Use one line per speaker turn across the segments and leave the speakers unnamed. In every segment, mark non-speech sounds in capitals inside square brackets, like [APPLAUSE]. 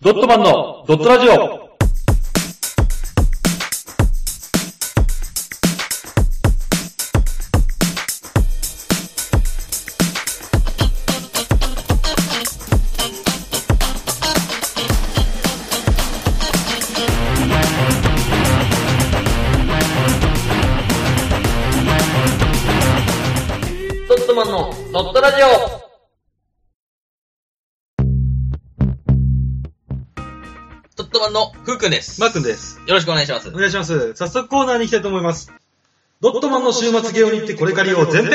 ドットマンのドットラジオ
ドットマンのドットラジオドットマンのふうくんです。
マー君です。
よろしくお願いします
お。願いします。早速コーナーに行きたいと思います。ドットマンの週末ゲオに行ってこれ借りよう前編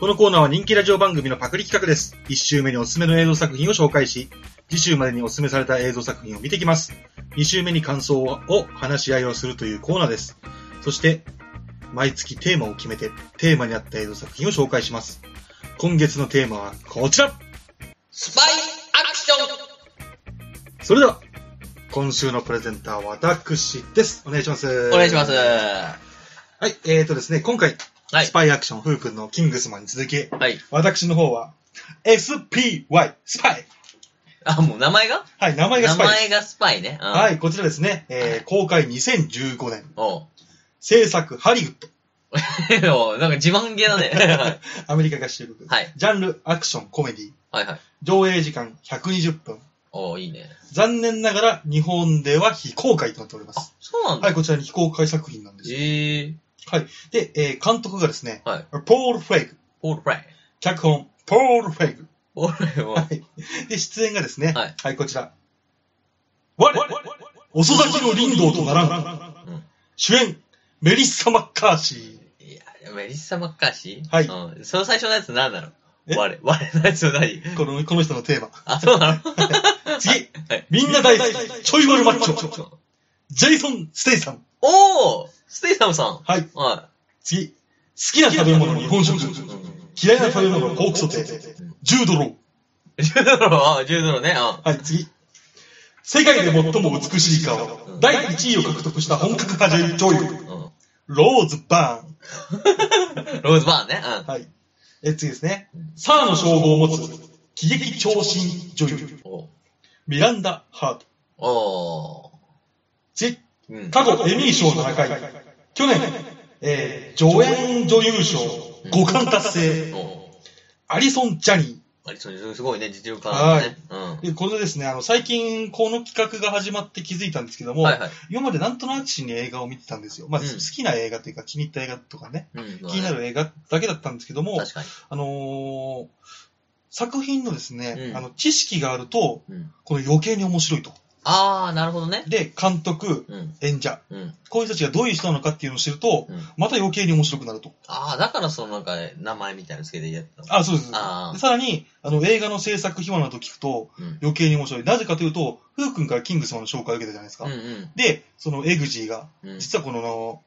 このコーナーは人気ラジオ番組のパクリ企画です。1週目におすすめの映像作品を紹介し、次週までにおすすめされた映像作品を見てきます。2週目に感想を話し合いをするというコーナーです。そして、毎月テーマを決めて、テーマに合った映像作品を紹介します。今月のテーマはこちら
スパイアクショ
それでは、今週のプレゼンターは私です。お願いします。
ンお願いします。
はい、えーとですね、今回、
はい
ス。パイアクション、ふうくんのキングスマンに続き、
はい。
私の方は、SPY、スパイ。
あ、もう名前が
はい、名前が
名
スパイです。
前がスパイね。うん
はい、こちらですね、えー公開2015年、
おう [LAUGHS]
制作ハリウッド、
おうなんか自慢げだね。はい
アメリカ合衆国、
はい
ジャンル、アクション、コメディ、
はいはい。
上映時間120分、
おういいね。
残念ながら日本では非公開となっておりま
あ
す。、
そうなんだ。
はい、こちらに非公開作品なんです。
えー、
で、えー監督がですね、
はい
ポール・フェイグ、
ポールフライ。
脚本、ポール・フェイグ、
ポールフライも
で、出演がですね、
はい
こちら。我、遅咲きの林道とならん。
うん
主演、メリッサ・マッカーシー。
いや、メリッサ・マッカーシー
はい
うん。その最初のやつ何なの
え
我、我のやつは何
このこの人のテーマ。
あ、そうなの
次、
はい
みんな大好き、ちょい悪マッチョ。ジェイソン・ステイさん。
おーステイサムさん
はい。
は
次、好きな食べ物、日本食。
い。うん
嫌いな食べ物、ポークソテー。10ドロ
10ドル、あ10ドルね。
ー。はい、次。世界で最も美しい顔。第1位を獲得した本格派女優
う、ん。うん
ローズ・バーン。
ローズバーンね。うん。
はい。え、次ですね。サーの称号を持つ、喜劇長身女優、
お
ミランダ・ハート。
お
次、
ーうん。
過去エミー賞7回。去年、えー、助演女優賞、5冠達成。
お
アリソン・ジャニ
アリソン、すごいね、実力家なんだね。うん
ー。。で、これですね、あの、最近、この企画が始まって気づいたんですけども、
はいはい。
今までなんとなくに映画を見てたんですよ。まあ、
うん
好きな映画というか、気に入った映画とかね、
うん。
気になる映画だけだったんですけども、
確かに。
あのー作品のですね、
うん
あの、知識があると、
うん
この余計に面白いと。
あー、なるほどね。
で、監督、
うん。
演者、
うん。
こういう人たちがどういう人なのかっていうのを知ると、
うん
また余計に面白くなると。
あー、だからそのなんか、名前みたいなのつけてやったの。
あ、そうです。
あ
で
ー。
さらに、あの、映画の制作秘話など聞くと、
うん。
余計に面白い。なぜかというと、ふうくんからキング様の紹介を受けたじゃないですか。
うんうん
で、そのエグジーが、
うん。
実はこのあの、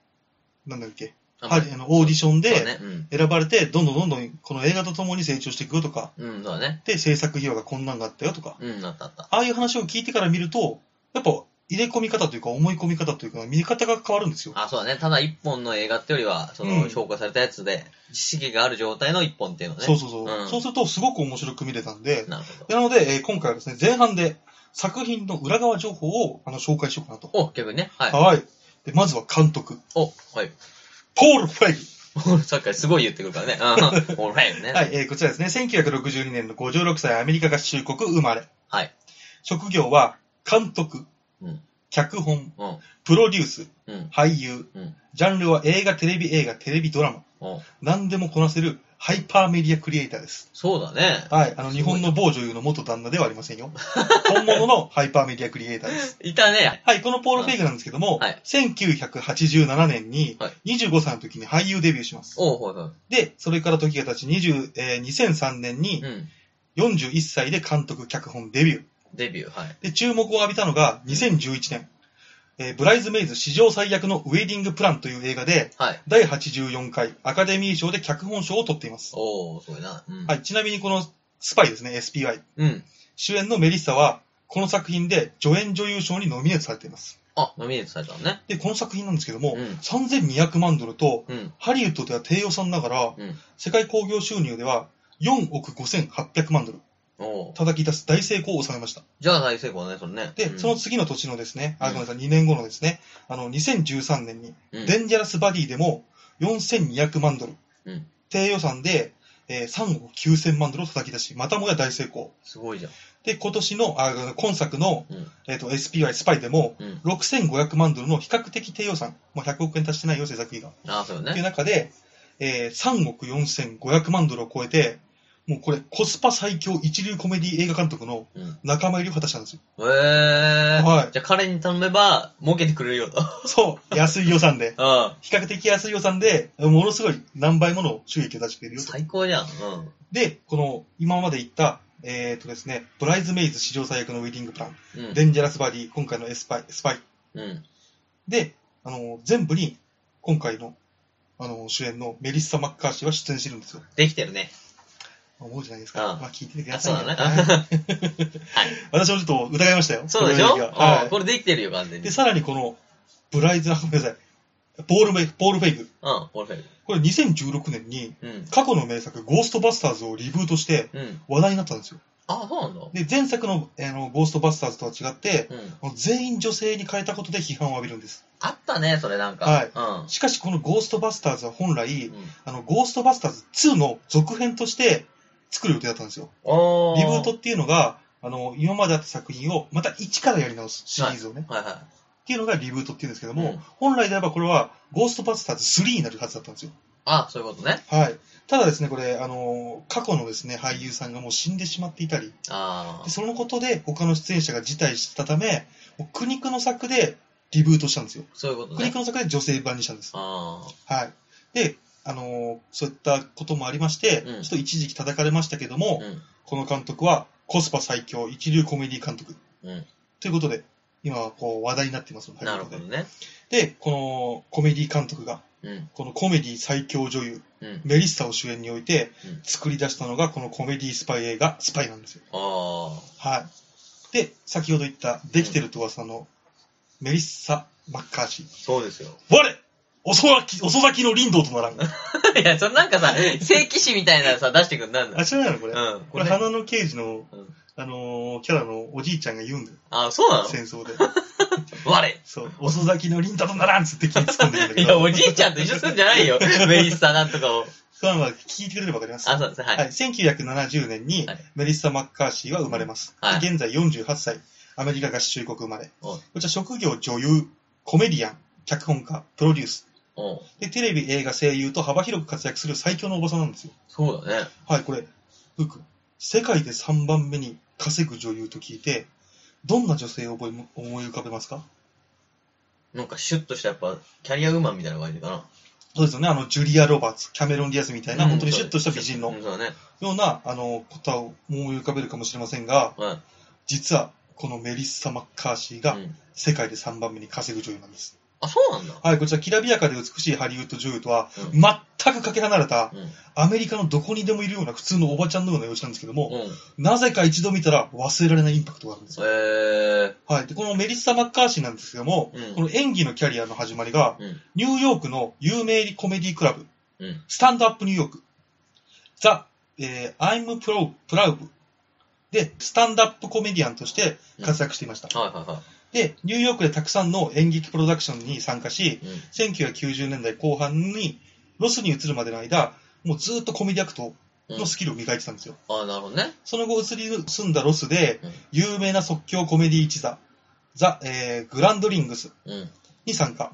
なんだっけ、
あ
はりあのオーディション
そう
で
だね。うん。
選ばれて、どんどんどんどんこの映画と共に成長していくよとか、
うん、そうだね。
で、制作秘話がこんなんがあったよとか、
うん、なったあった。
ああいう話を聞いてから見ると、やっぱ入れ込み方というか思い込み方というか見方が変わるんですよ。
あ、そうだね。ただ一本の映画ってよりは、そ
うん
の、評価されたやつで、知識がある状態の一本っていうのね。
そうそうそう。
うん
そうするとすごく面白く見れたんで、
なるほ
なので、えー今回はですね、前半で作品の裏側情報をあの紹介しようかなと。
ど。お、逆にね。はい。
はい。で、まずは監督、
お、はい。 [LAUGHS]
ポール・フェイグ。
さっきからすごい言ってくるからね。うん。
[LAUGHS]
オーライよね。
はい、えーこちらですね、1962年の56歳アメリカ合衆国生まれ。
はい。
職業は、監督、
うん
脚本、
うん。
プロデュース、
うん。
俳優、
うん
ジャンルは映画、テレビ映画、テレビドラマ、
お
何でもこなせるハイパーメディアクリエイターです。
そうだね。
はい、あの、日本の某女優の元旦那ではありませんよ。本物のハイパーメディアクリエイターです。
[LAUGHS] いたね。
はい、このポール・フェイグなんですけども、
はい
1987年に
は
25歳の時に俳優デビューします。
おはいは
で、それから時が経ち20、えー2003年
い。
に
うん。
41歳で監督、脚本デビュー。
デビュー、はい。
で、注目を浴びたのが2011年、えーブライズ・メイズ史上最悪のウェディング・プランという映画で、
はい。
第84回アカデミー賞で脚本賞を取っています。
おおすごいな。うん。。
はいい、ちなみにこのスパイですね、SPY。
うん。
主演のメリッサは、この作品で助演女優賞にノミネートされています。
あ、ノミネートされたのね。
で、この作品なんですけども、
うん
3200万ドルと、
うん。
ハリウッドでは低予算ながら、
うん
世界興行収入では4億5800万ドル。
おう
叩き出す大成功を収めました。
じゃあ大成功だね、それね。
で、
うん
その、次の年のですね、
う
あ、
ん
ごめんなさい、2年後のですね、あの、2013年に、
うん
デンジャラスバディでも4200万ドル、
うん
低予算で、えー3億9000万ドルを叩き出し、またもや大成功。
すごいじゃん。
で、今年の、あ今作の、
うん
えっ、と、SPY スパイでも、
うん。
6500万ドルの比較的低予算、まあ、100億円達してないよ、制作費が。
ああ、そうよ
っていう
ね。
中で、えー3億4500万ドルを超えて、もうこれ、コスパ最強一流コメディ映画監督の
うん。
仲間入りを果たしたんですよ。
ええー。
はい
じゃあ彼に頼めば、儲けてくれるよ
[LAUGHS]
と。
そう、安い予算で。 [LAUGHS]
うん。
比較的安い予算で、ものすごい何倍もの収益を出しているよと。
最高じゃん。うん。
で、この、今まで言った、えっ、とですね、ブライズメイズ史上最悪のウェディングプラン、
うん。
デンジャラスバディ、今回のエスパイ、スパイ。
うん。
で、あの、全部に、今回の、あの、主演のメリッサ・マッカーシーは出演してるんですよ。
できてるね。
思うじゃないですか。
うん
まあ、聞いててくだ
あ、
さ
そ
いう
だね。
はい
あ
[LAUGHS] 私もちょっと疑いましたよ。
[LAUGHS] そうでしょ
この演技は
う
は
んこれできてるよ、完全
い。
に。
で、
うん。
さらにこの、ブライズ、あごめんなさい。ボールフェイク、ボールフェイク。
オルフェル。
これ2016年に、
うん。
過去の名作、ゴーストバスターズをリブートして、
うん。
話題になったんですよ。
あ、そうなんだ。
で、前作の、あの、ゴーストバスターズとは違って、
うん。
全員女性に変えたことで批判を浴びるんです。
あったね、それなんか。
はしかし、このゴーストバスターズは本来
う、ん。
あの、ゴーストバスターズ2の続編として作る予定だったんですよ。
お
リブートっていうのが、あの、今まであった作品をまた一からやり直すシリーズをね。
はいは
っていうのがリブートっていうんですけど
い。
も、
ん、
本来であればこれはゴーストバスターズ3になるはずだったんですよ。
あ、そういうことね。
はい。ただですね、これ、あの、過去のですね、俳優さんがもう死んでしまっていたり、
あ
でそのことで他の出演者が辞退したため、もう苦肉の策でリブートしたんですよ。
あ、そういうこと
苦
ね
肉。の策で女性版にしたんです。
ああ、
はい。で、あのーそういったこともありまして、
うん
ちょっと一時期叩かれましたけども、
うん。
この監督はコスパ最強一流コメディ監督。
うん
ということで、今はこう話題になっていますので
なるほどね。
で、このコメディ監督が、
うん。
このコメディ最強女優、
うん。
メリッサを主演において
うん
作り出したのがこのコメディスパイ映画、スパイなんですよ。
あ
はい。で、先ほど言った、できてると噂のメリッサ・マッカーシー。
あ、そうですよ。
我遅咲き、遅咲きの林道とならん。
[LAUGHS] いや、それなんかさ、正規誌みたいなのさ、出してくんなんだ
あ、。知らないのこれ。
うん。
これ、
ね
花の刑事の
うん、
あのーキャラのおじいちゃんが言うんだよ。
あ、そうなの
戦争で。
我
そう、遅咲きの林道とならんっつって気に突っ込んでるんだ
[LAUGHS] い
け
や、
ど。
おじいちゃんと一緒するんじゃない
[LAUGHS]
よ。メリッサなんとかを。
そうまあ聞いてくれればわかります。
あ、そうですね。は
はい、
い。
1970年に
はい
メリッサ・マッカーシーは生まれます。
はい
で現在48歳、アメリカ合衆国生まれ。
お
こちら職業女優、コメディアン、脚本家、プロデュース。
おう
で、テレビ、映画、声優と幅広く活躍する最強のおばさんなんですよ。
そうだね。
はい、これ、ふうくん、世界で3番目に稼ぐ女優と聞いて、どんな女性を思い思い浮かべますか
なんかシュッとしたやっぱ、キャリアウーマンみたいな感じかな。
そうですよね、あの、ジュリア・ロバーツ、キャメロン・ディアスみたいな、
うん
本当にシュッとした美人の
うん、そうだね。
ような、あの、ことを思い浮かべるかもしれませんが、
うん。
実は、このメリッサ・マッカーシー
う
が
ん
世界で3番目に稼ぐ女優なんです。
あ、そうなんだ。
はい、こちら、きらびやかで美しいハリウッド女優とは、
うん
全くかけ離れた、
うん。
アメリカのどこにでもいるような普通のおばちゃんのような様子なんですけども、
うん。
なぜか一度見たら忘れられないインパクトがあるんですよ。
え
はい、で、このメリッサ・マッカーシーなんですけども、
うん
この演技のキャリアの始まりが、
うん
ニューヨークの有名コメディクラブ、
ー。うん。
スタンドアップニューヨーク、ザ・えー、I'm Pro- Proud で、スタンドアップコメディアンとして活躍していました。
はいはいは
で、ニューヨークでたくさんの演劇プロダクションに参加し、
い。うん。
1990年代後半にロスに移るまでの間、もうずっとコメディアクトのスキルを磨いてたんですよ。
あなるほどね。
その後移り住んだロスで
うん、
有名な即興コメディ一座、ザ・えーグランドリングス
うん。
に参加。
は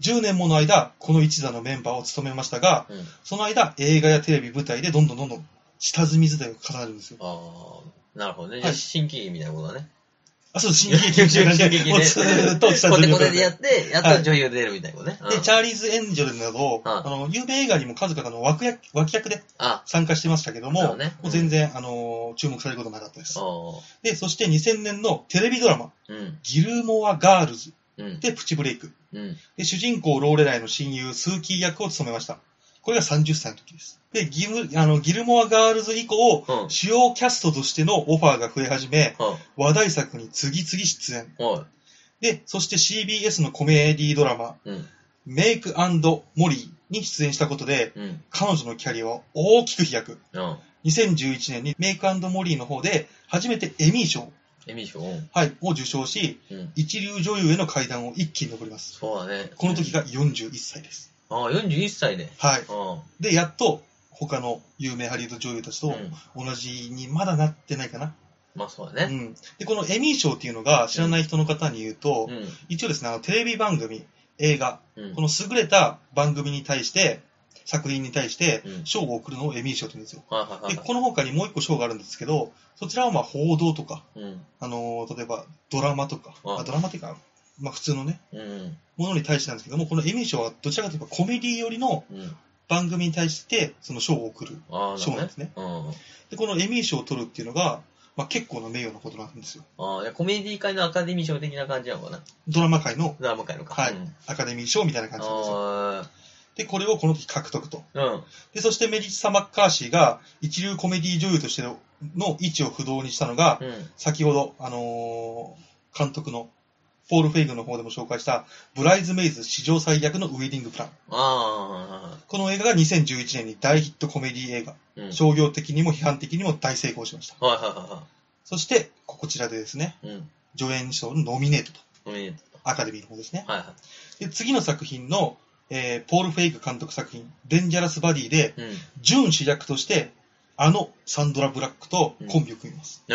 い。
10年もの間、この一座のメンバーを務めましたが、
うん。
その間、映画やテレビ、舞台でどんどんどんどん下積み時代を重ねるんですよ。
ああ、なるほどね。じゃあ、
はい
新喜劇みたいなことだね。
あ、そう、新喜劇
[LAUGHS]
みたいな感じで、もうずーっと下
コ
積
テ
み
コ
を重
テで
ねて
や。って、やっと女優出るみたいなことね。う
で、
ん
チャーリーズ・エンジェルなど、
うん
あの、有名映画にも数々の枠役脇役で
あ、
参加してましたけども、
そうね
もう全然、あの、注目されることなかったです。
そ
で、そして2000年のテレビドラマ、
う。うん。
ギルモア・ガールズ
うん。
でプチブレイク。
うん。
で、主人公ローレライの親友、スーキー役を務めました。これが30歳の時です。で、ギムあのギルモア・ガールズ以降、
うん。うん。
主要キャストとしてのオファーが増え始め、話題作に次々出演。
おい。
で、そして CBS のコメディドラマ、
うん。
メイクモリーに出演したことで、
うん。
彼女のキャリアは大きく飛躍。
うん。
2011年にメイクモリーの方で初めてエミー賞、
エミー賞。うん
はい、を受賞し、
うん。
一流女優への階段を一気に登ります。
そうだね。
この時。が41歳です。
ああ、41歳で。
はい。
うん。
で、やっと他の有名ハリウッド女優たち
う
と
ん
同じにまだなってないかな。
まあそう
う
だね。
ん。で、このエミー賞っていうのが知らない人の方に言うと
う、ん。
一応ですね、あのテレビ番組、映画、
うん
こ。の優れた番組に対して、作品に対して
う、ん
賞を贈るのをエミー賞って言うんですよ。
はいはいは
で、
いは
この他にもう一個賞があるんですけど、そちらはまあ報道とか、
い。うん。
あのー例えばドラマとか、
うん
あドラマっていうか、まあ普通のね、
うん。
ものに対してなんですけども、このエミー賞はどちらかというとコメディ寄りの
うん。
番組に対して、その賞を贈る
ああ、そ
賞
う
な
ね
んで。すね。
うん。
で、このエミー賞を取るっていうのが、まあ結構な名誉なことなんですよ。
ああ、いやコメディ界のアカデミー賞的な感じなのかな。
ドラマ界の
ドラマ界のか。
はい
うん
アカデミー賞みたいな感じなんですよ。
あ
で、これをこの時獲得と。
あ、うん。
で、そしてメリッサ・マッカーシーが一流コメディ女優としての位置を不動にしたのが、
うん。
先ほど、あのー監督のポール・フェイグの方でも紹介した、ブライズ・メイズ史上最悪のウェディング・プラン。
ああ、
この映画が2011年に大ヒットコメディ映画、
うん。はい
商業的にも批判的にも大成功しました。
はいは
そして、こちらでですね、
いはい。うん。
助演賞のノミネートと、
おめでと
アカデミーの方ですね。
う。はいは
で、次の作品の、えーポール・フェイグ監督作品、デンジャラス・バディで、
い。うん。
準主役として、あのサンドラ・ブラックとコンビを組みます。
え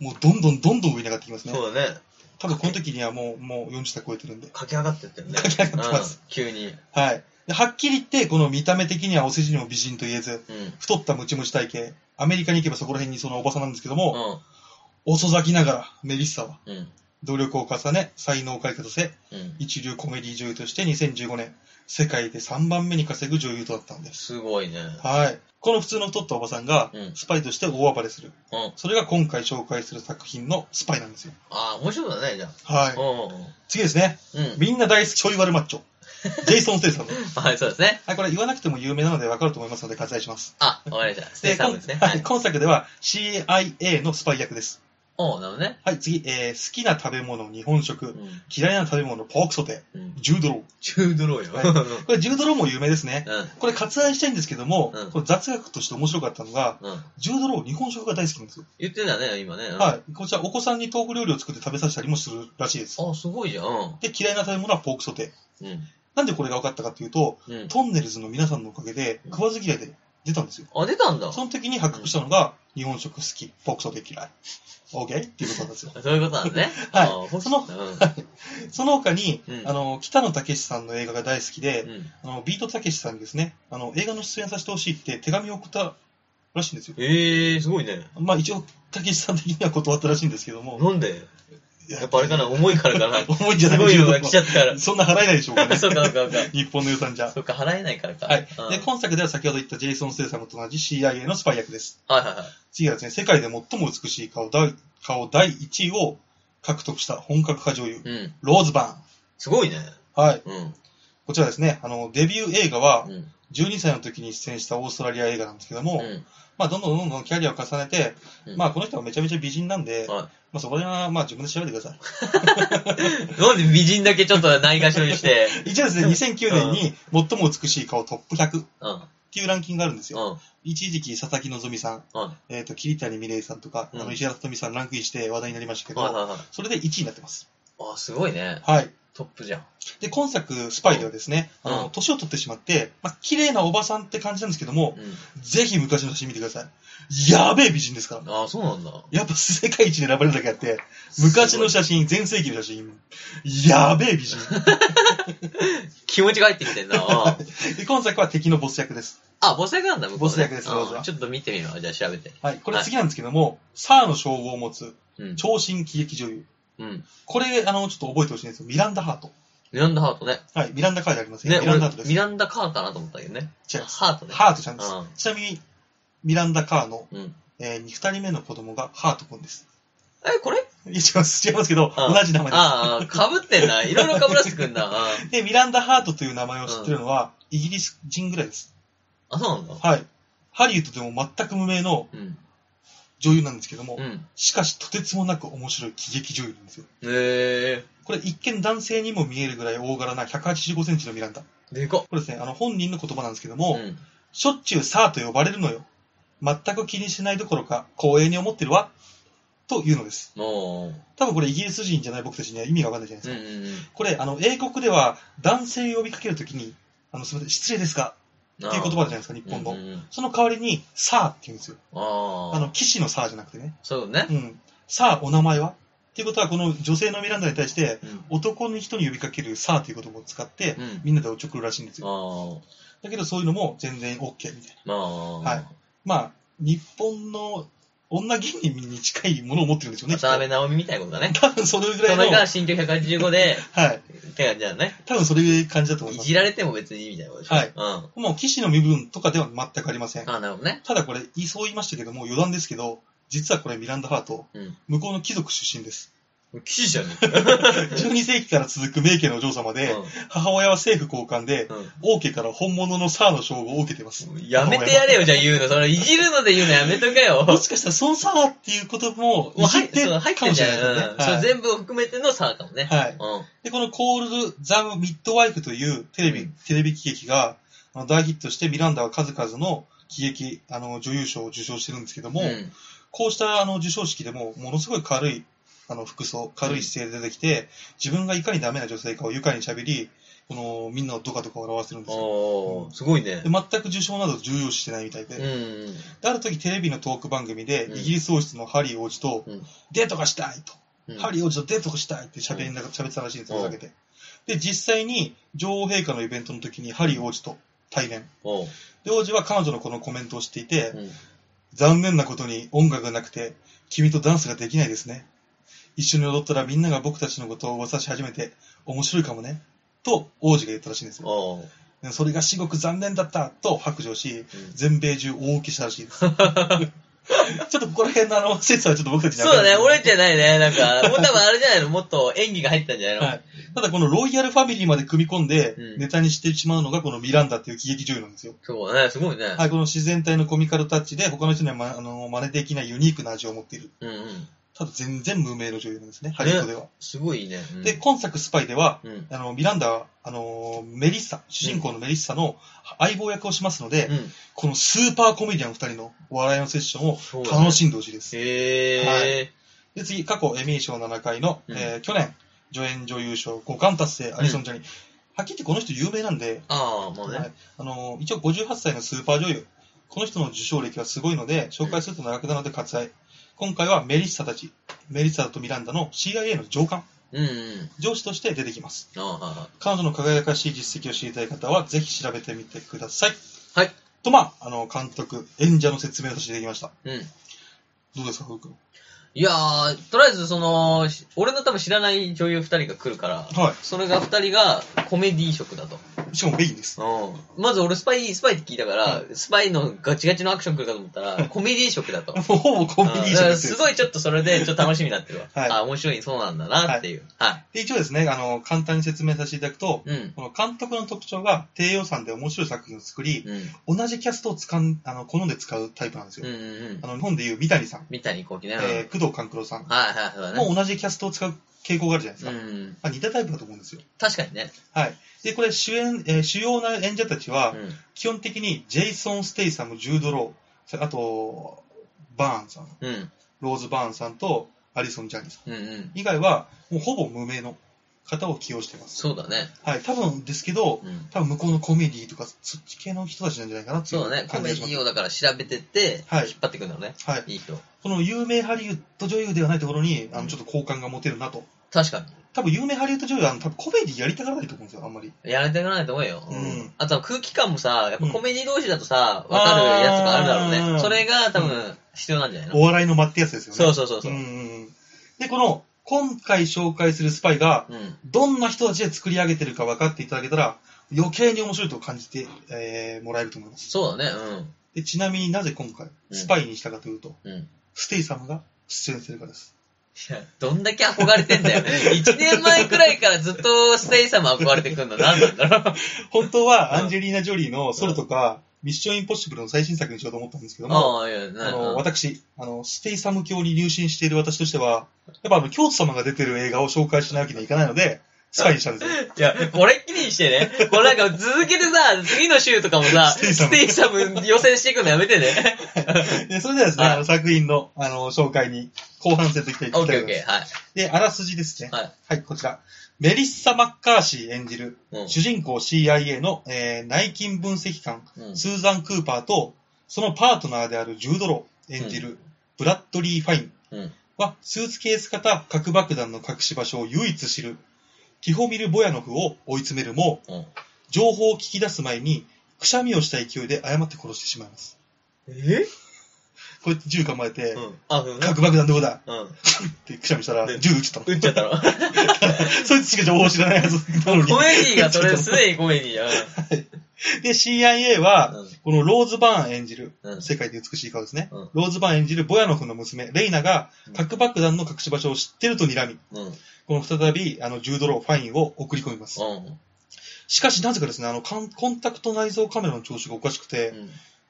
え
もうどんどんどんどん上に上がってきますね。
そうだね。
多分この時にはもうもう40歳超えてるんで。
駆け上がってってるね。
駆け上がってます
うん。急に。
はい。ではっきり言って、この見た目的にはお世辞にも美人と言えず、
うん。うん。
太ったムチムチ体型、アメリカに行けばそこら辺にそのおばさんなんですけども、遅咲きながらメリッサは
うん。
努力を重ね、才能を開花させ、
うん。
一流コメディ女優として2015年、世界で3番目に稼ぐ女優となったんです。
すごいね。
はい。この普通の太ったおばさんが
う、ん
スパイとして大暴れする。
うん。
それが今回紹介する作品のスパイなんですよ。
ああ、面白いだね、じゃ
は
あ。。
い
う
次ですね。
ん。うん。
みんな大好きちょい悪マッチョ。ジェイソン・ステイサム。
はい、そうですね。
[LAUGHS] はい、これ言わなくても有名なのでわかると思いますので割愛
[LAUGHS]
します。
あ、わかりました。ステイサムですね。
今
は
はい
い。
今作では CIA のスパイ役です。
おう、なるほどね。
はい、次、えー好きな食べ物、日本食。
うん。
嫌いな食べ物、ポークソテ
うん
ー。。ジュードロ
中ドローよ。
はいー。これ、ジュードローも有名ですね。
うん。
これ割愛したいんですけども、
うん
これ雑学として面白かったのが、
うん。
ジュードロー日本食が大好きなんですよ。
言ってたね、今ね。うん
はい。こちら、お子さんに豆腐料理を作って食べさせたりもするらしいです。
あ、すごいじゃん。うん
で、嫌いな食べ物はポークソテー。
うん。
なんでこれが分かったかっていうと、
うん。
トンネルズの皆さんのおかげで、食わず嫌いで出たんですよ。
あ、出たんだ。
その時に発覚したのが、日本食好き、ポークソテー嫌い。OK? っていうことなんです
[LAUGHS]
よ。
そういうことなんですね。
はい
あー
その
うん。
その他に、
うん
あの、北野武さんの映画が大好きで、
うん
あのビートたけしさんにですね、あの映画の出演させてほしいって手紙を送ったらしいんですよ。
ええー、すごいね。
まあ一応、たけしさん的には断ったらしいんですけども。
なんでやっぱあれかな、重いから [LAUGHS] かな。
[LAUGHS] 重いんじゃな
す
い
ごいの
重
が
度
来ちゃった [LAUGHS] から。。
そんな払えないでしょうかね
そうか、そうか、そうか。
日本の予算じゃ。
そうか、払えないからか。
はい
うん。
で、今作では先ほど言ったジェイソン・ステイサムと同じ CIA のスパイ役です。
はいはいはい。
次はですね、世界で最も美しい顔第顔第1位を獲得した本格派女優、
うん。
ローズ・バ
すごいね。
ーン。はい。
うん。
こちらですね、あの、デビュー映画は
うん。
12歳の時に出演したオーストラリア映画なんですけども、
うん
まあ、どんどんどんどんキャリアを重ねて、
うん
まあ、この人はめちゃめちゃ美人なんで、
は
まあ、そこら辺は、まあ、自分で調べてくださ
なんで美人だけちょっとないがしろに [LAUGHS] して。
い。一応ですね、2009年に最も美しい顔トップ100っ
うん。う
ていうランキングがあるんですよ。
ん。
一時期、佐々木希さん、
うん。
えっ、と、桐谷美玲さんとか、
うん
あの石原さとみさんランクインして話題になりましたけど、
はいはいはい。
それで1位になってます。
あ、すごいね。
はい。
トップじゃん。
で、今作、スパイではですね、あ
う
の、
ん
年を取ってしまって、まあ、綺麗なおばさんって感じなんですけども、
うん。
ぜひ昔の写真見てください。やべえ美人ですから。
あ、そうなんだ。
やっぱ世界一に選ばれるだけあって、昔の
す
写真、全盛期の写真、やべ
[LAUGHS]
え美人。
ごい気持ちが入ってき [LAUGHS] てんな。うん
で、今作は敵のボス役です。
あ、ボス役なんだ、向こうね
ボス役ですローズは
うんちょっと見てみよう。じゃあ調べて。
はい。これ次なんですけども、サーの称号を持つ、
うん。
超新喜劇女優。
うん。
これ、あの、ちょっと覚えてほしいんですよ。ミランダ・ハート。
ミランダハートね。
はい。ミランダ・カーじゃありません。
ね、
ミランダ・ハート
俺
です。
ミランダカーかなと思ったけどね。
違います
ハートね。
ハートちゃんです。
うん
ちなみに、ミランダ・カーの、
うん。
えー、2人目の子供がハートくんです。 [LAUGHS]
え、これ
いや違います。違いますけど、
うん
同じ名前で
ああ、かぶってんな。いろいろかぶらせてくんな。うん
す。で、ミランダ・ハートという名前を知ってるのは、イギリス人ぐらいです。
あ、そうなんだ。
はい。ハリウッドでも全く無名の
うん。
女優なんですけども、
うん。
しかしとてつもなく面白い喜劇女優なんですよ。
へえ
これ一見男性にも見えるぐらい大柄な185センチのミランダ。こ
ー。でかっ。
れですね、あの本人の言葉なんですけども、
ん。
しょっちゅうサーと呼ばれるのよ。全く気にしないどころか光栄に思ってるわ、というのです。
もう、
多分これイギリス人じゃない僕たちには意味がわかんないじゃないです
う
か。
んうんうん。
これ、あの、英国では男性を呼びかけるときに、あの、すみません、失礼ですかっていう言葉じゃないですか、日本の。
うんうんうん
その代わりに、さあって言うんですよ。
あ
あの、
あ。
騎士のさあじゃなくてね。
そうね
う。ん。さあ、お名前はっていうことは、この女性のミランダに対して、
うん。
男の人に呼びかけるさあという言葉を使って、
うん。
みんなでおちょくるらしいんです
あ
よ。
あ。
だけど、そういうのも全然 OK みたい
ま
な。
あ。
はいまあ、日本の女芸人に近いものを持ってるんでしょうね。きっと
渡辺直美みたいなことだね。
多分それぐら
そ
いの
れ、が新居185で、
はい。
って感じだね。
多分それぐらいの感じだと思い
い
ます。
じられても別にいいみたいなことでしょ。
はい
うん。あ
もう騎士の身分とかでは全くありません。
あ、なるほどね。
ただこれ、言いそう言いましたけども、余談ですけど、実はこれミランダ・ハート、
うん
向こうの貴族出身です。 [LAUGHS]
騎士じゃね
12世紀から続く名家のお嬢様
え
で、
か
母親は政府高官で、
うん。
王家から本物のサーの称号を受けてます。
うん。やめてやれよ、じゃあ言うの。その、いじるので言うのやめとけよ。
もしかしたら、そのサーっていうことも、
もう
い
入
じっ
って、
て
そう入っ
か
て
も
ん
し
じゃ
れ
な
ない
い
ですよね
うん。それ
はい。
全部含めての差かもね。
はい
うん。
で、このコールド・ザ・ミッドワイフというテレビ、
うん
テレビ喜劇があの大ヒットして、ミランダは数々の喜劇、あの、女優賞を受賞してるんですけども、
うん
こうしたあの受賞式でも、ものすごい軽いあの服装、軽い姿勢で出てきて、自分がいかにダメな女性かを愉快に喋り、このみんなをドカドカ笑わせてるんですよ。
おー、すごいね
で。全く受賞など重要視してないみたいで、
うんうん。
である時テレビのトーク番組で、
うん
イギリス王室のハリー王子と、
うん
デートがしたいと、
うん
ハリー王子とデートがしたいって喋りながら喋ってたらしいんですよ、ふざけて。で、実際に女王陛下のイベントの時にハリー王子と対面。
おう
で、王子は彼女のこのコメントをしていて、
うん
残念なことに音楽がなくて、君とダンスができないですね。一緒に踊ったらみんなが僕たちのことを噂し始めて、面白いかもね。と、王子が言ったらしいんですよ。
おう
でそれが至極残念だったと白状し、
うん
全米中大受けした
[LAUGHS]
らしいです。 [LAUGHS] ちょっとここら辺のあの、説はちょっと僕たちに
そうだね、折れ
て。
てないね。
[LAUGHS]
なんか、もう多分あれじゃないのもっと演技が入ったんじゃ
は
ない
い。ただこのロイヤルファミリーまで組み込んで
う、ん
ネタにしてしまうのがこのミランダっていう喜劇女優なんですよ。
のそうだね、すごいね。
はい、この自然体のコミカルタッチで他の人にはま、あの、真似できないユニークな味を持っている。
うんうん。
ただ全然無名の女優なんですね、ハリウッドでは。
すごいね。うん
で、今作スパイでは、
うん。
あの、ミランダは、あの、メリッサ、主人公のメリッサの相棒役をしますので、
うん。
このスーパーコメディアン2人のお笑いのセッションを
そうだね
楽しんでほしいです。は
へえ。
で、次、過去エミー賞7回の、
うん
えー去年、助演女優賞5冠達成、アリソン・ジャニー。はっきり言ってこの人有名なんで、
ああ、もう
は
ね
い。あの、一応58歳のスーパー女優。この人の受賞歴はすごいので、紹介すると長くなるので割愛。今回はメリッサたち、メリッサとミランダの CIA の上官。
うんうん。
上司として出てきます。
ああ、は
彼女の輝かしい実績を知りたい方は、ぜひ調べてみてください。
はい。
と、まあ、あの、監督、演者の説明としてできました。
いはい。うん。
どうですか、ふうくん。
いやー、とりあえずその、し俺の多分知らない女優二人が来るから、
は
それが二人がコメディ色だと。
い。しかも、ベインです。
うん。まず俺スパイ、スパイって聞いたから、スパイのガチガチのアクション来るかと思ったら、コメディ色
[LAUGHS]
だと。
もうほぼコンビニ
うん
じ
だか
ゃな
ら
くて
すごいちょっとそれで、ちょっと楽しみになってるわ。
はい
あ、面白い、そうなんだなっていう。はい。
で一応ですね、あの、簡単に説明させていただくと、
うん。
この監督の特徴が低予算で面白い作品を作り、
うん。
同じキャストを使んあの好んで使うタイプなんですよ。
うんうんうん
あ。の日本でいう三谷さん、
三谷幸喜ね。
えー工藤官九郎さん
はいはい、そうだね。
も同じキャストを使う傾向があるじゃないです
う
か。
ん。
まあ、似たタイプだと思うんですよ。
確かにね。
はい。で、これ主演、えー主要な演者たちは、
うん。
基本的にジェイソン・ステイサム、ジュード・ロー、あと、バーンさん、
うん。
ローズ・バーンさんとアリソン・ジャニーさん。
うんうん。
以外は、もうほぼ無名の方を起用してます。
そうだね。
はい、多分ですけど、
うん。
多分向こうのコメディとか、そっち系の人たちなんじゃないかなってい
そううだね。コ
感
メ
じが
デ
します。
ィをだから調べてって、
はい
引っ張ってくんだろうね。
はい。
いい人。
この有名ハリウッド女優ではないところに、あ
う
の、
ん
ちょっと好感が持てるなと。
確か
多分有名ハリウッド女優は、あの多分コメディやりたがらないと思うんですよ、あんまり。
に。やられていかないと思うよ。
うん
あとは空気感もさ、やっぱコメディ同士だとさ、
うん
わかるやつがあるだろう
あー
ね。それが多
う
分必要なんじゃないの、
お笑いの間ってやつですよね。
そうそうそうそうう。
んうんうん。で、この、今回紹介するスパイが、
うん。
どんな人たちで作り上げてるか分かっていただけたら、余計に面白いと感じて、えーもらえると思います。
そうだね。
でちなみになぜ今回、スパイにしたかというと、
うん。うん。
ステイサムが出演するからです。
いや、どんだけ憧れてんだよ。1年 [LAUGHS] 前くらいからずっとステイ様憧れてくんの何なんだろう。
本当は、アンジェリーナ・ジョリーのソロとか、ミッション・インポッシブルの最新作にしようと思ったんですけども、
[LAUGHS] ああ、いや、な
あ
い
の、私、あの、ステイサム教に入信している私としては、やっぱあの、京都様が出てる映画を紹介しなわけにはいかないので、サインしたんで
[LAUGHS]
すよ。
いや、これっきりにしてね。これなんか続けてさ、次の週とかもさ、ス
ス
テ
テ
イサム予選していくのやめてね。
でそれではですね、
はい
あの作品の、あの、紹介に後半戦といきたいと
オ
思
ッ
い
ケ
ま
ー
す
オッ。ケー、はい。
で、あらすじですね。
はい。
こちら。メリッサ・マッカーシー演じる、
うん
主人公 CIA の、えー内勤分析官、
うん
スーザン・クーパーと、そのパートナーであるジュードロー演じる、ブラッドリー・ファイン
うん。
は、スーツケース型核爆弾の隠し場所を唯一知る、ティホミル・ボヤノフを追い詰めるも、
うん
情報を聞き出す前に、くしゃみをした勢いで誤って殺してしまいます。
え
こうやって銃構えて、
うん。あ、うん。
核爆弾どこだ
うん。
ってくしゃみしたら、
ね
銃撃っちゃっ
[LAUGHS]
た
打っちゃったろ。
の。そいつしか情報を知らないはずなのに
コ。メディがそれ、すでにコメディや。
で、CIA
う
は、
ん。
このローズ・バーン演じる、
うん。
世界で美しい顔ですね。
うん
ローズ・バーン演じるボヤノフの娘、レイナが
うん
核爆弾の隠し場所を知ってると睨み、
うん。うん。
この再び、あの、ジュードロー・ファインを送り込みます。しかし、なぜかですね、あの、カンコンタクト内蔵カメラの調子がおかしくて、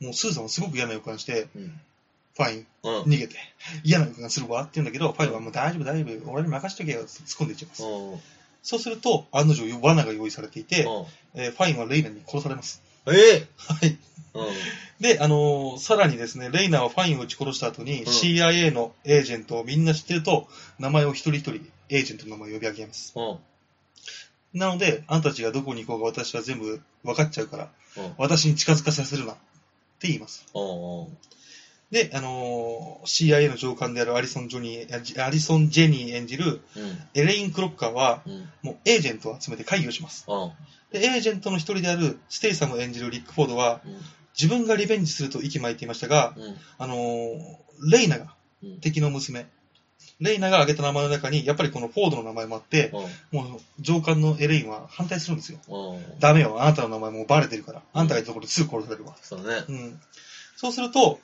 もうスーザンはすごく嫌な予感して、
うん。
ファイン、
うん。うん。
逃げて、嫌な予感するわって言うんだけど、ファインはもう大丈夫、大丈夫、俺に任しとけよって突っ込んでいっちゃいます。そうすると、案の定、罠が用意されていて、えーファインはレイナに殺されます。
え
はい。
うん。
で、あのーさらにですね、レイナはファインを撃ち殺した後に、
ん
CIA のエージェントをみんな知ってると、名前を一人一人、エージェントの名前を呼び上げます。
うん。
なので、あんたたちがどこに行こうが私は全部分かっちゃうから、
うん。
私に近づかさせるな、って言います。
うん。
で、あのー CIA の長官であるアリソン・ジョニーあジ、アリソン・ジェニー演じる
うん。
エレイン・クロッカーは、
うん。
もうエージェントを集めて会議をします。
うん。
で、エージェントの一人であるステイサム演じるリック・フォードは、自分がリベンジすると息巻いていましたが、
うん。
あのーレイナが、
うん。
敵の娘。レイナが挙げた名前の中に、やっぱりこのフォードの名前もあって、
うん。
もう上官のエレインは反対するんですよ。
うん。
ダメよ、あなたの名前もうバレてるから。あんたがいたところですぐ殺されるわ。
そうね。
うん。そうすると、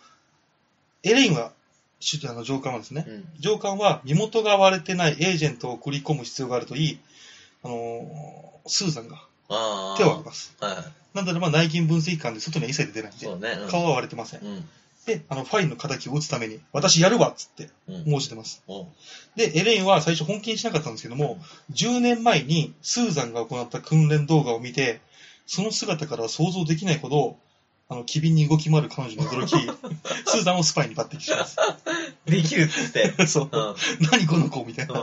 エレインは、主あの上官はですね、
うん。
上官は身元が割れてないエージェントを送り込む必要があるといい、あのースーザンが
ああ。
手を挙げます。
は
なんだろう、まあ内勤分析官で外には一切出てないん
い。そ
で、
うね。
顔は割れてません。
うん。
で、あの、ファインの仇を撃つために、私やるわっつって
うん。
申してます。
うん。
で、エレインは最初本気にしなかったんですけども、10年前にスーザンが行った訓練動画を見て、その姿からは想像できないほど、あの、機敏に動き回る彼女に
[LAUGHS]
驚き、スーザンをスパイに抜擢します。 [LAUGHS]
できるっつって。 [LAUGHS]
そう。
うん。
何この子みたいな。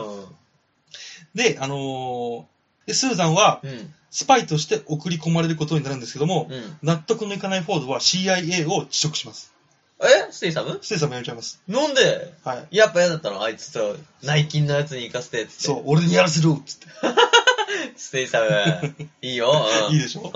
で、あのーで、スーザンは
うん。
スパイとして送り込まれることになるんですけども、
うん。
納得のいかないフォードは CIA を辞職します。
えステイサム
ステイさんもやめちゃいます。
なんで
はい。
やっぱ嫌だったのあいつと、内勤のやつに行かせてっつって。
そう、俺にやらせろっつって。
ステイサム。いいよ。うん。
いいでしょ
う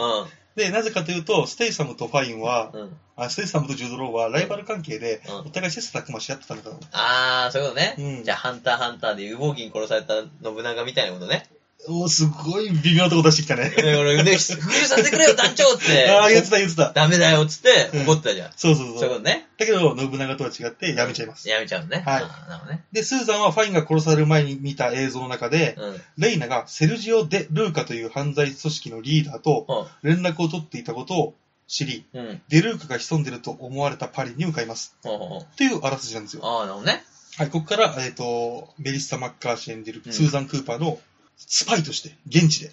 で、なぜかというと、ステイサムとファインは、
ん。うん。
あステイサムとジュードローはライバル関係で、
うん
お互い切磋琢磨し合ってたんだから、
あー、そういうことね。
うん
じゃあ、ハンターハンターで羽毛銀殺された信長みたいなことね。 [LAUGHS]
おーすごい微妙なとこ出してきたね。
俺、俺、ね、復讐させてくれよ、団長っつって。
ああ、言ってた言ってた。
ダメだよ、っつって
うん
怒ってたじゃん。
そうそう
そうい
そう
こ
う。
とね。
だけど、信長とは違ってやめちゃいます。
やめちゃうのね。
はい
あーなるほどね。
で、スーザンはファインが殺される前に見た映像の中で、
うん。
レイナがセルジオ・デ・ルーカという犯罪組織のリーダーと連絡を取っていたことを知り、
うん。うん。
デ・ルーカが潜んでると思われたパリに向かいます。
ほうほうほう。
というあらすじなんですよ。
ああ、なるほどね。
はい、ここから、えっ、と、メリッサ・マッカーシー演じる
うん
スーザン・クーパーのスパイとして、現地で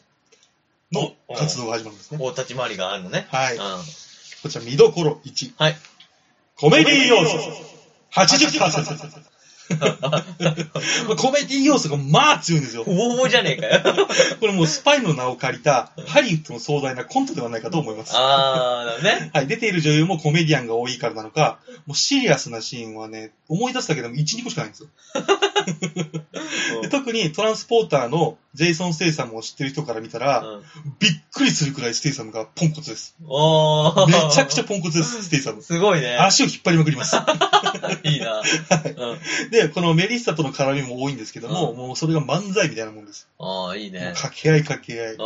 の活動が始まるんですね。
こう立ち回りがあるのね。
は
う
い
ん。。
こちら、見どころ1。
はい。
コメディ要素80%。コメディ要素がまあ強いんですよ。
ほぼほぼじゃねえかよ。
これもうスパイの名を借りたハリウッドの壮大なコントではないかと思います。
ああ、なるほどね。
はい、出ている女優もコメディアンが多いからなのか、もうシリアスなシーンはね、思い出すだけでも1、2個しかないんですよ。 [LAUGHS] で特にトランスポーターのジェイソン・ステイサムを知ってる人から見た
う
ら、
ん。
びっくりするくらいステイサムがポンコ
[LAUGHS]
ツです。
おー。
めちゃくちゃポンコツです、ステイサム。
すごい [LAUGHS] ね。
足を引っ張りまくります。
いいな。うん。
で、このメリッサとの絡みも多いんですけども、
うん
もうそれが漫才みたいなもんです。
ああ、いい
もう
ね。
掛け合い掛け合
う
い。うん
ん。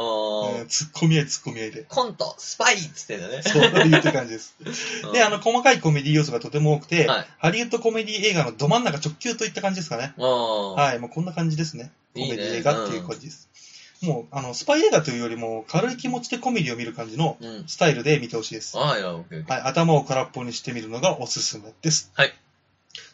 突っ込み合い突っ込み合いで。
コント、スパイっつってんだね。
そういう感じです。
うん
で、あの、細かいコメディ要素がとても多くて、
はい
ハリウッドコメディ映画のど真ん中直球といった感じですかね。
うん。
はい、もうこんな感じですね。コ
いい
メ
ね
ディ映画っていう感じです。もう、あの、スパイ映画というよりも、軽い気持ちでコメディを見る感じの
うん。
スタイルで見てほしいです。
ああ、いや、オッケーオッケ
はい、頭を空っぽにしてみるのがおすすめです。
はい。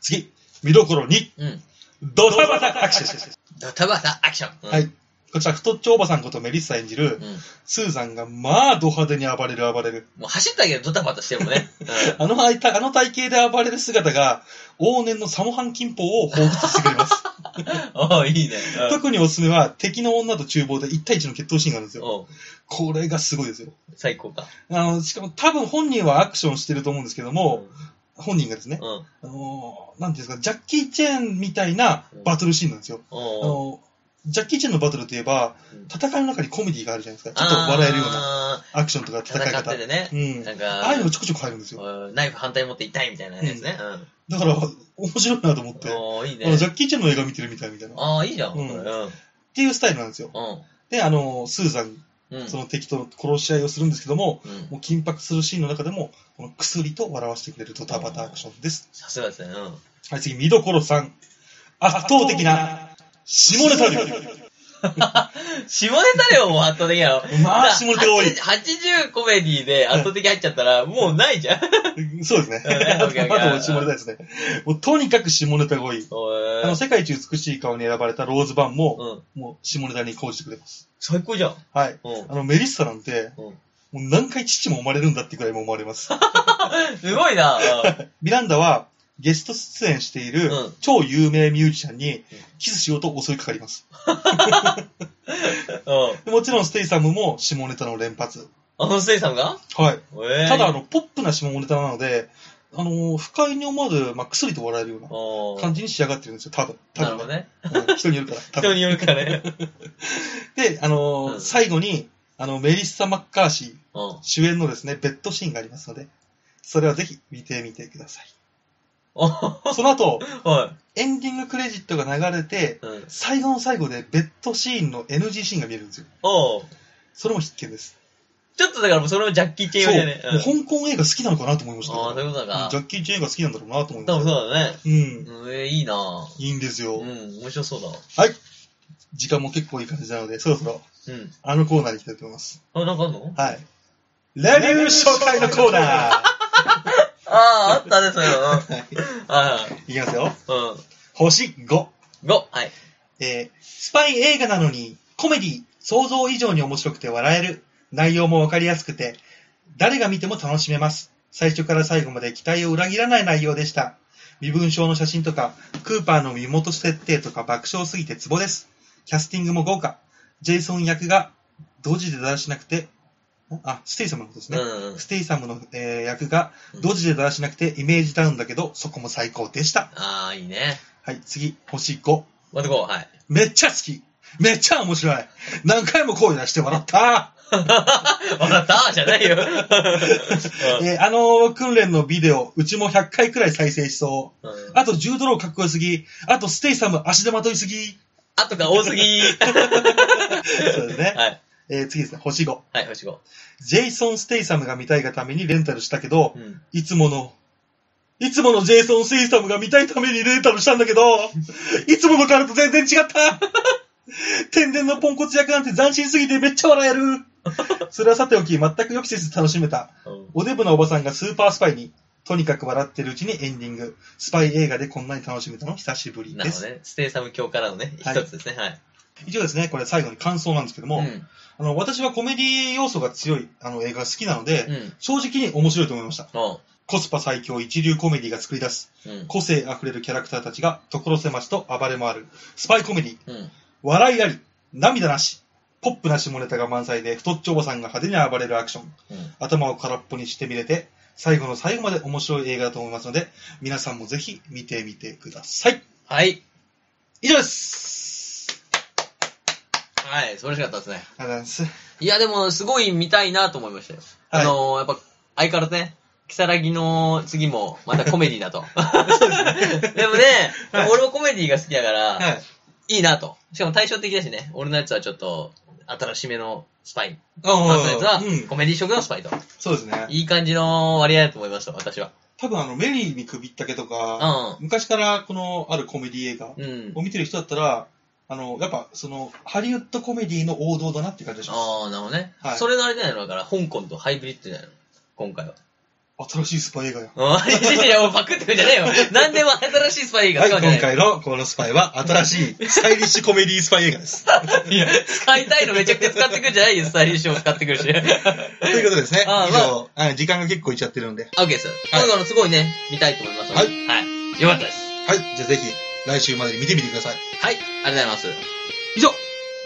次、見どころ2、
ー。うん。
ドタバタアクション。
ドタバタアクション。うん
はい。ここちら、太っちょおばさんことメリッサ演じる、
うん。
スーザンが、まあ、ド派手に暴れる暴れる。
もう走ったけどドタバタしてるもん
[LAUGHS]
ね。うん。
あのあいたあの体型で暴れる姿が、往年のサモハンキンポを彷彿してくれます。
[LAUGHS] ああ、いいね。
特におすすめは、敵の女と厨房で1対1の決闘シーンがあるんです
うん。
よ。
おう
これがすごいですよ。
最高か。
あの、しかも多分本人はアクションしてると思うんですけど
うん
も、。本人がですね、
うん。
あのー、なんていうんですか、ジャッキー・チェーンみたいなバトルシーンなんですよ。あ
おう
のー、ジャッキー・チェーンのバトルといえば
うん、
戦いの中にコメディがあるじゃないですか。ちょっと笑えるような
な。
アクションとか戦い
戦っ
方
て。てね。
うん。
なんか、
ああいうのちょくちょく入るんですよ。
うんナイフ反対持って痛いみたいなやつね。
だから、面白いなと思って
うん。。おーいい
あの
ね
ジ。ャッキー・チェンの映画見てるみたいみたいな。っ
ああ、いいじゃん。
う
うんん。うん。
ていうスタイルなんですよ。で、あの、スーザン、
うん。
その敵と殺し合いをするんですけども、
うん
もう緊迫するシーンの中でも、この薬と笑わせてくれるドタバタアクションです。
さすがですね。うん。
はい、次、見どころ3。圧倒的な、下ネタ量。
[LAUGHS] 下ネタ量も圧倒的やろ。
まあ下ネタ多い
だ80 80コメディで圧倒的入っちゃったら、もうないじゃん。
そうですね。
うんね
あと [LAUGHS]
OK OK
まだもう下ネタですね。もうとにかく下ネタが多い。
お
あ
ー
の、世界一美しい顔に選ばれたローズバンも、
うん。
もう下ネタに講じてくれます。
最高じゃん。
はい。
うん。
あの、メリッサなんて、
うん
もう何回父も生まれるんだってくらいもう生まれます。
すごいな。
ミランダはゲスト出演している
うん
超有名ミュージシャンにキスしようと襲いかかります。
うん。うん
でもちろんステイサムも下ネタの連発。
あのステイさんが
はい。
ええ。
ただ、あの、ポップな下ネタなので、あのー不快に思わず、まあ、薬と笑えるような
おー
感じに仕上がってるんですよ。多分。多
なる
分
ほどね。
うん人によるから。多
人
分。
によるからね。
で、あのー
うん
最後に、あの、メリッサ・マッカーシー
うん。
主演のですね、ベッドシーンがありますので、それはぜひ見てみてください。
おは
その後、
い。
エンディングクレジットが流れて、
うん。
最後の最後でベッドシーンの NG シーンが見えるんですよ。
おう
それも必見です。
ちょっとだからもうそれもジャッキー系
そう、
だよね。うん
もう香港映画好きなのかなと思いました。
ああ、そういうこと
う
か
んジ。ャッキー・チェーンが好きなんだろうなと思いま
多分
した。
そうだね。
うん。
うん、えーいいな。
いいんですよ、
うん、面白そうだわ。
時間も結構いい感じなので、そろそろ
うん。
あのコーナーに行きたいと思います。
あ、なんかあんの
はい。レビュー紹介のコーナ
[LAUGHS]
ー
ああ、あったね、それ [LAUGHS] は。はい
きますよ。
いはい。うん。
星5。
5! はい。
えースパイ映画なのに、コメディ、想像以上に面白くて笑える。内容もわかりやすくて、誰が見ても楽しめます。最初から最後まで期待を裏切らない内容でした。身分証の写真とか、クーパーの身元設定とか爆笑すぎてツボです。キャスティングも豪華。ジェイソン役が、ドジでだらしなくて、んあ、ステイサムのことです
う
ね。
ん。
ステイサムの、えー役が、ドジでだらしなくてイメージダウンだけど、そこも最高でした。
ああ、いいね。
はい、次、星5。
また5、はい。
めっちゃ好き。めっちゃ面白い。何回も声出して笑った。
笑ったじゃ
[LAUGHS]
ないよ。う
えーあの訓練のビデオ、うちも100回くらい再生しそう。
んうん
あと10ドローかっこよすぎ。あとステイサム足でまといすぎ。
あとが多すぎ。
そうですね。
はい。
えー次ですね、星5。
はい、星5。
ジェイソン・ステイサムが見たいがためにレンタルしたけど
う、ん。
いつもの、いつものジェイソン・ステイサムが見たいためにレンタルしたんだけど、いつもの彼と全然違った。天然のポンコツ役なんて斬新すぎてめっちゃ笑える。それはさておき、全く予期せず楽しめた。
うん
おデブのおばさんがスーパースパイに、とにかく笑ってるうちにエンディング。スパイ映画でこんなに楽しめたの久しぶり
な
で
るほ
す。
どね。ステイサム教からのね、
はい
一つですね。はい。
以上ですね、これ最後に感想なんですけども、
うん。
あの私はコメディ要素が強いあの映画が好きなので、
うん。
正直に面白いと思いました。
おう
コスパ最強一流コメディが作り出す、
うん。
個性あふれるキャラクターたちが所狭しと暴れ回る、スパイコメディ、
うん。
笑いあり、涙なし、ポップな下ネタが満載で太っちょおばさんが派手に暴れるアクション、
うん
頭を空っぽにしてみれて、最後の最後まで面白い映画だと思いますので、皆さんもぜひ見てみてください。
はい。
以上です。
はい、素晴らしかったですね。
ありがとうございます。
いや、でも、すごい見たいなと思いましたよ。
はい
あのーやっぱ、相変わらずね、キサラギの次も、またコメディ
[LAUGHS]
だと。でもね、
はい
俺もコメディが好きだから、
はい
い、いなと。しかも対照的だしね、俺のやつはちょっと、新しめのスパイ。
あ
あのやつは
う、ん
コメディ色のスパイと。
そうですね。
いい感じの割合だと思いました、私は。
多分あの、メリーに首ったけとか、
う
昔からこのあるコメディ映画
ん。うん
を。見てる人だったら、あの、やっぱその、ハリウッドコメディの王道だなって感じがします。
ああ、なるほどね。
はい
それのあれじゃないのだから、香港とハイブリッドじゃないの今回は。
新しいスパイ映画や。
おいやいやいや、もうパクってくんじゃねえよ。 [LAUGHS] 何でも新しいスパイ映画
はい、
使うんじゃ
今
ない
回のこのスパイは新しいスタイリッシュコメディースパイ映画 [LAUGHS] です。
いや、使いたいのめちゃくちゃ使ってくんじゃないよ、スタイリッシュも使ってくる [LAUGHS] し。
ということですね。
あー
以上、あ時間が結構いっちゃってるので。
OK です。
はい
今回のすごいね、見たいと思いますので。
はい
はい。よかったです。
はい、じゃあぜひ来週までに見てみてください。
はい。ありがとうございます。
以上、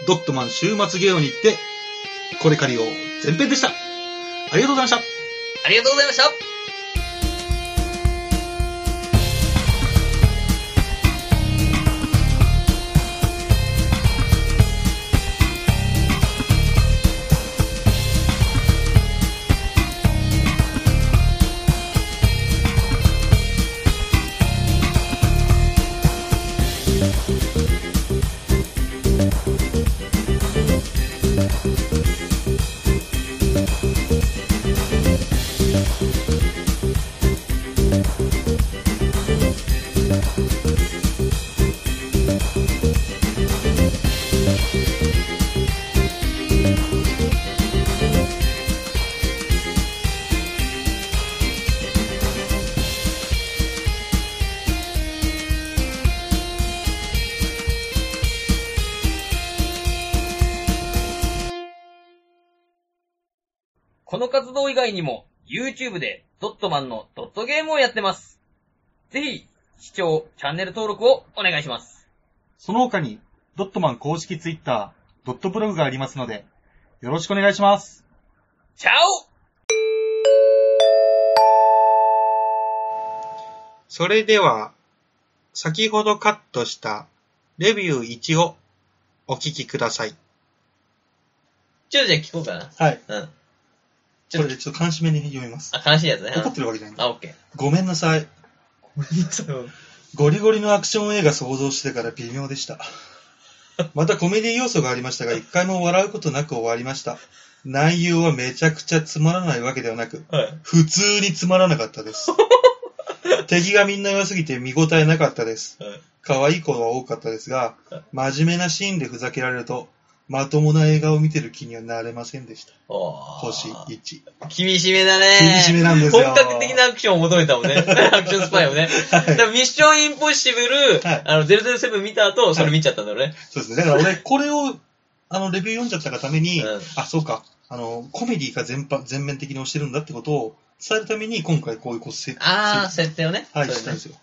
ドットマン週末ゲオに行って、これ借りよう前編でした。ありがとうございました。
ありがとうございました。この活動以外にも、YouTube でドットマンのドットゲームをやってます。ぜひ、視聴、チャンネル登録をお願いします。
その他に、ドットマン公式ツイッター、ドットブログがありますので、よろしくお願いします。
チャオ
それでは、先ほどカットしたレビュー1をお聞きください。
ちょっとじゃあ聞こうかな。
はい。
うん。ち
こ
ょっ
れでちょっと監視目に読みます。
と、あ、悲しいやつね。
怒ってるわけじゃない。
あ、オッケー。
ごめんなさい。ゴリゴリのアクション映画想像してから微妙でした。またコメディ要素がありましたが、一回も笑うことなく終わりました。内容はめちゃくちゃつまらないわけではなく、
はい。
普通につまらなかったです。敵がみんな弱すぎて見応えなかったです。可愛い子は多かったですが、真面目なシーンでふざけられると、まともな映画を見てる気にはなれませんでした。
おー
星1。
厳しめだね。
厳しめなんですよ
本格的なアクションを求めた
[LAUGHS]
もんね。アクションスパイをね。だからミッションインポッシブル、
はい
あの、007見た後、それ見ちゃったんだろうね。
そうですね。だから俺、これを、あの、レビュー読んじゃったがために、
うん
あ、そうか、あの、コメディが全般、全面的に推してるんだってことを伝えるために、今回こういう骨折。
あー、設定をね。
はい、
そ
し
う
た
だ
ん
ね
ですよ。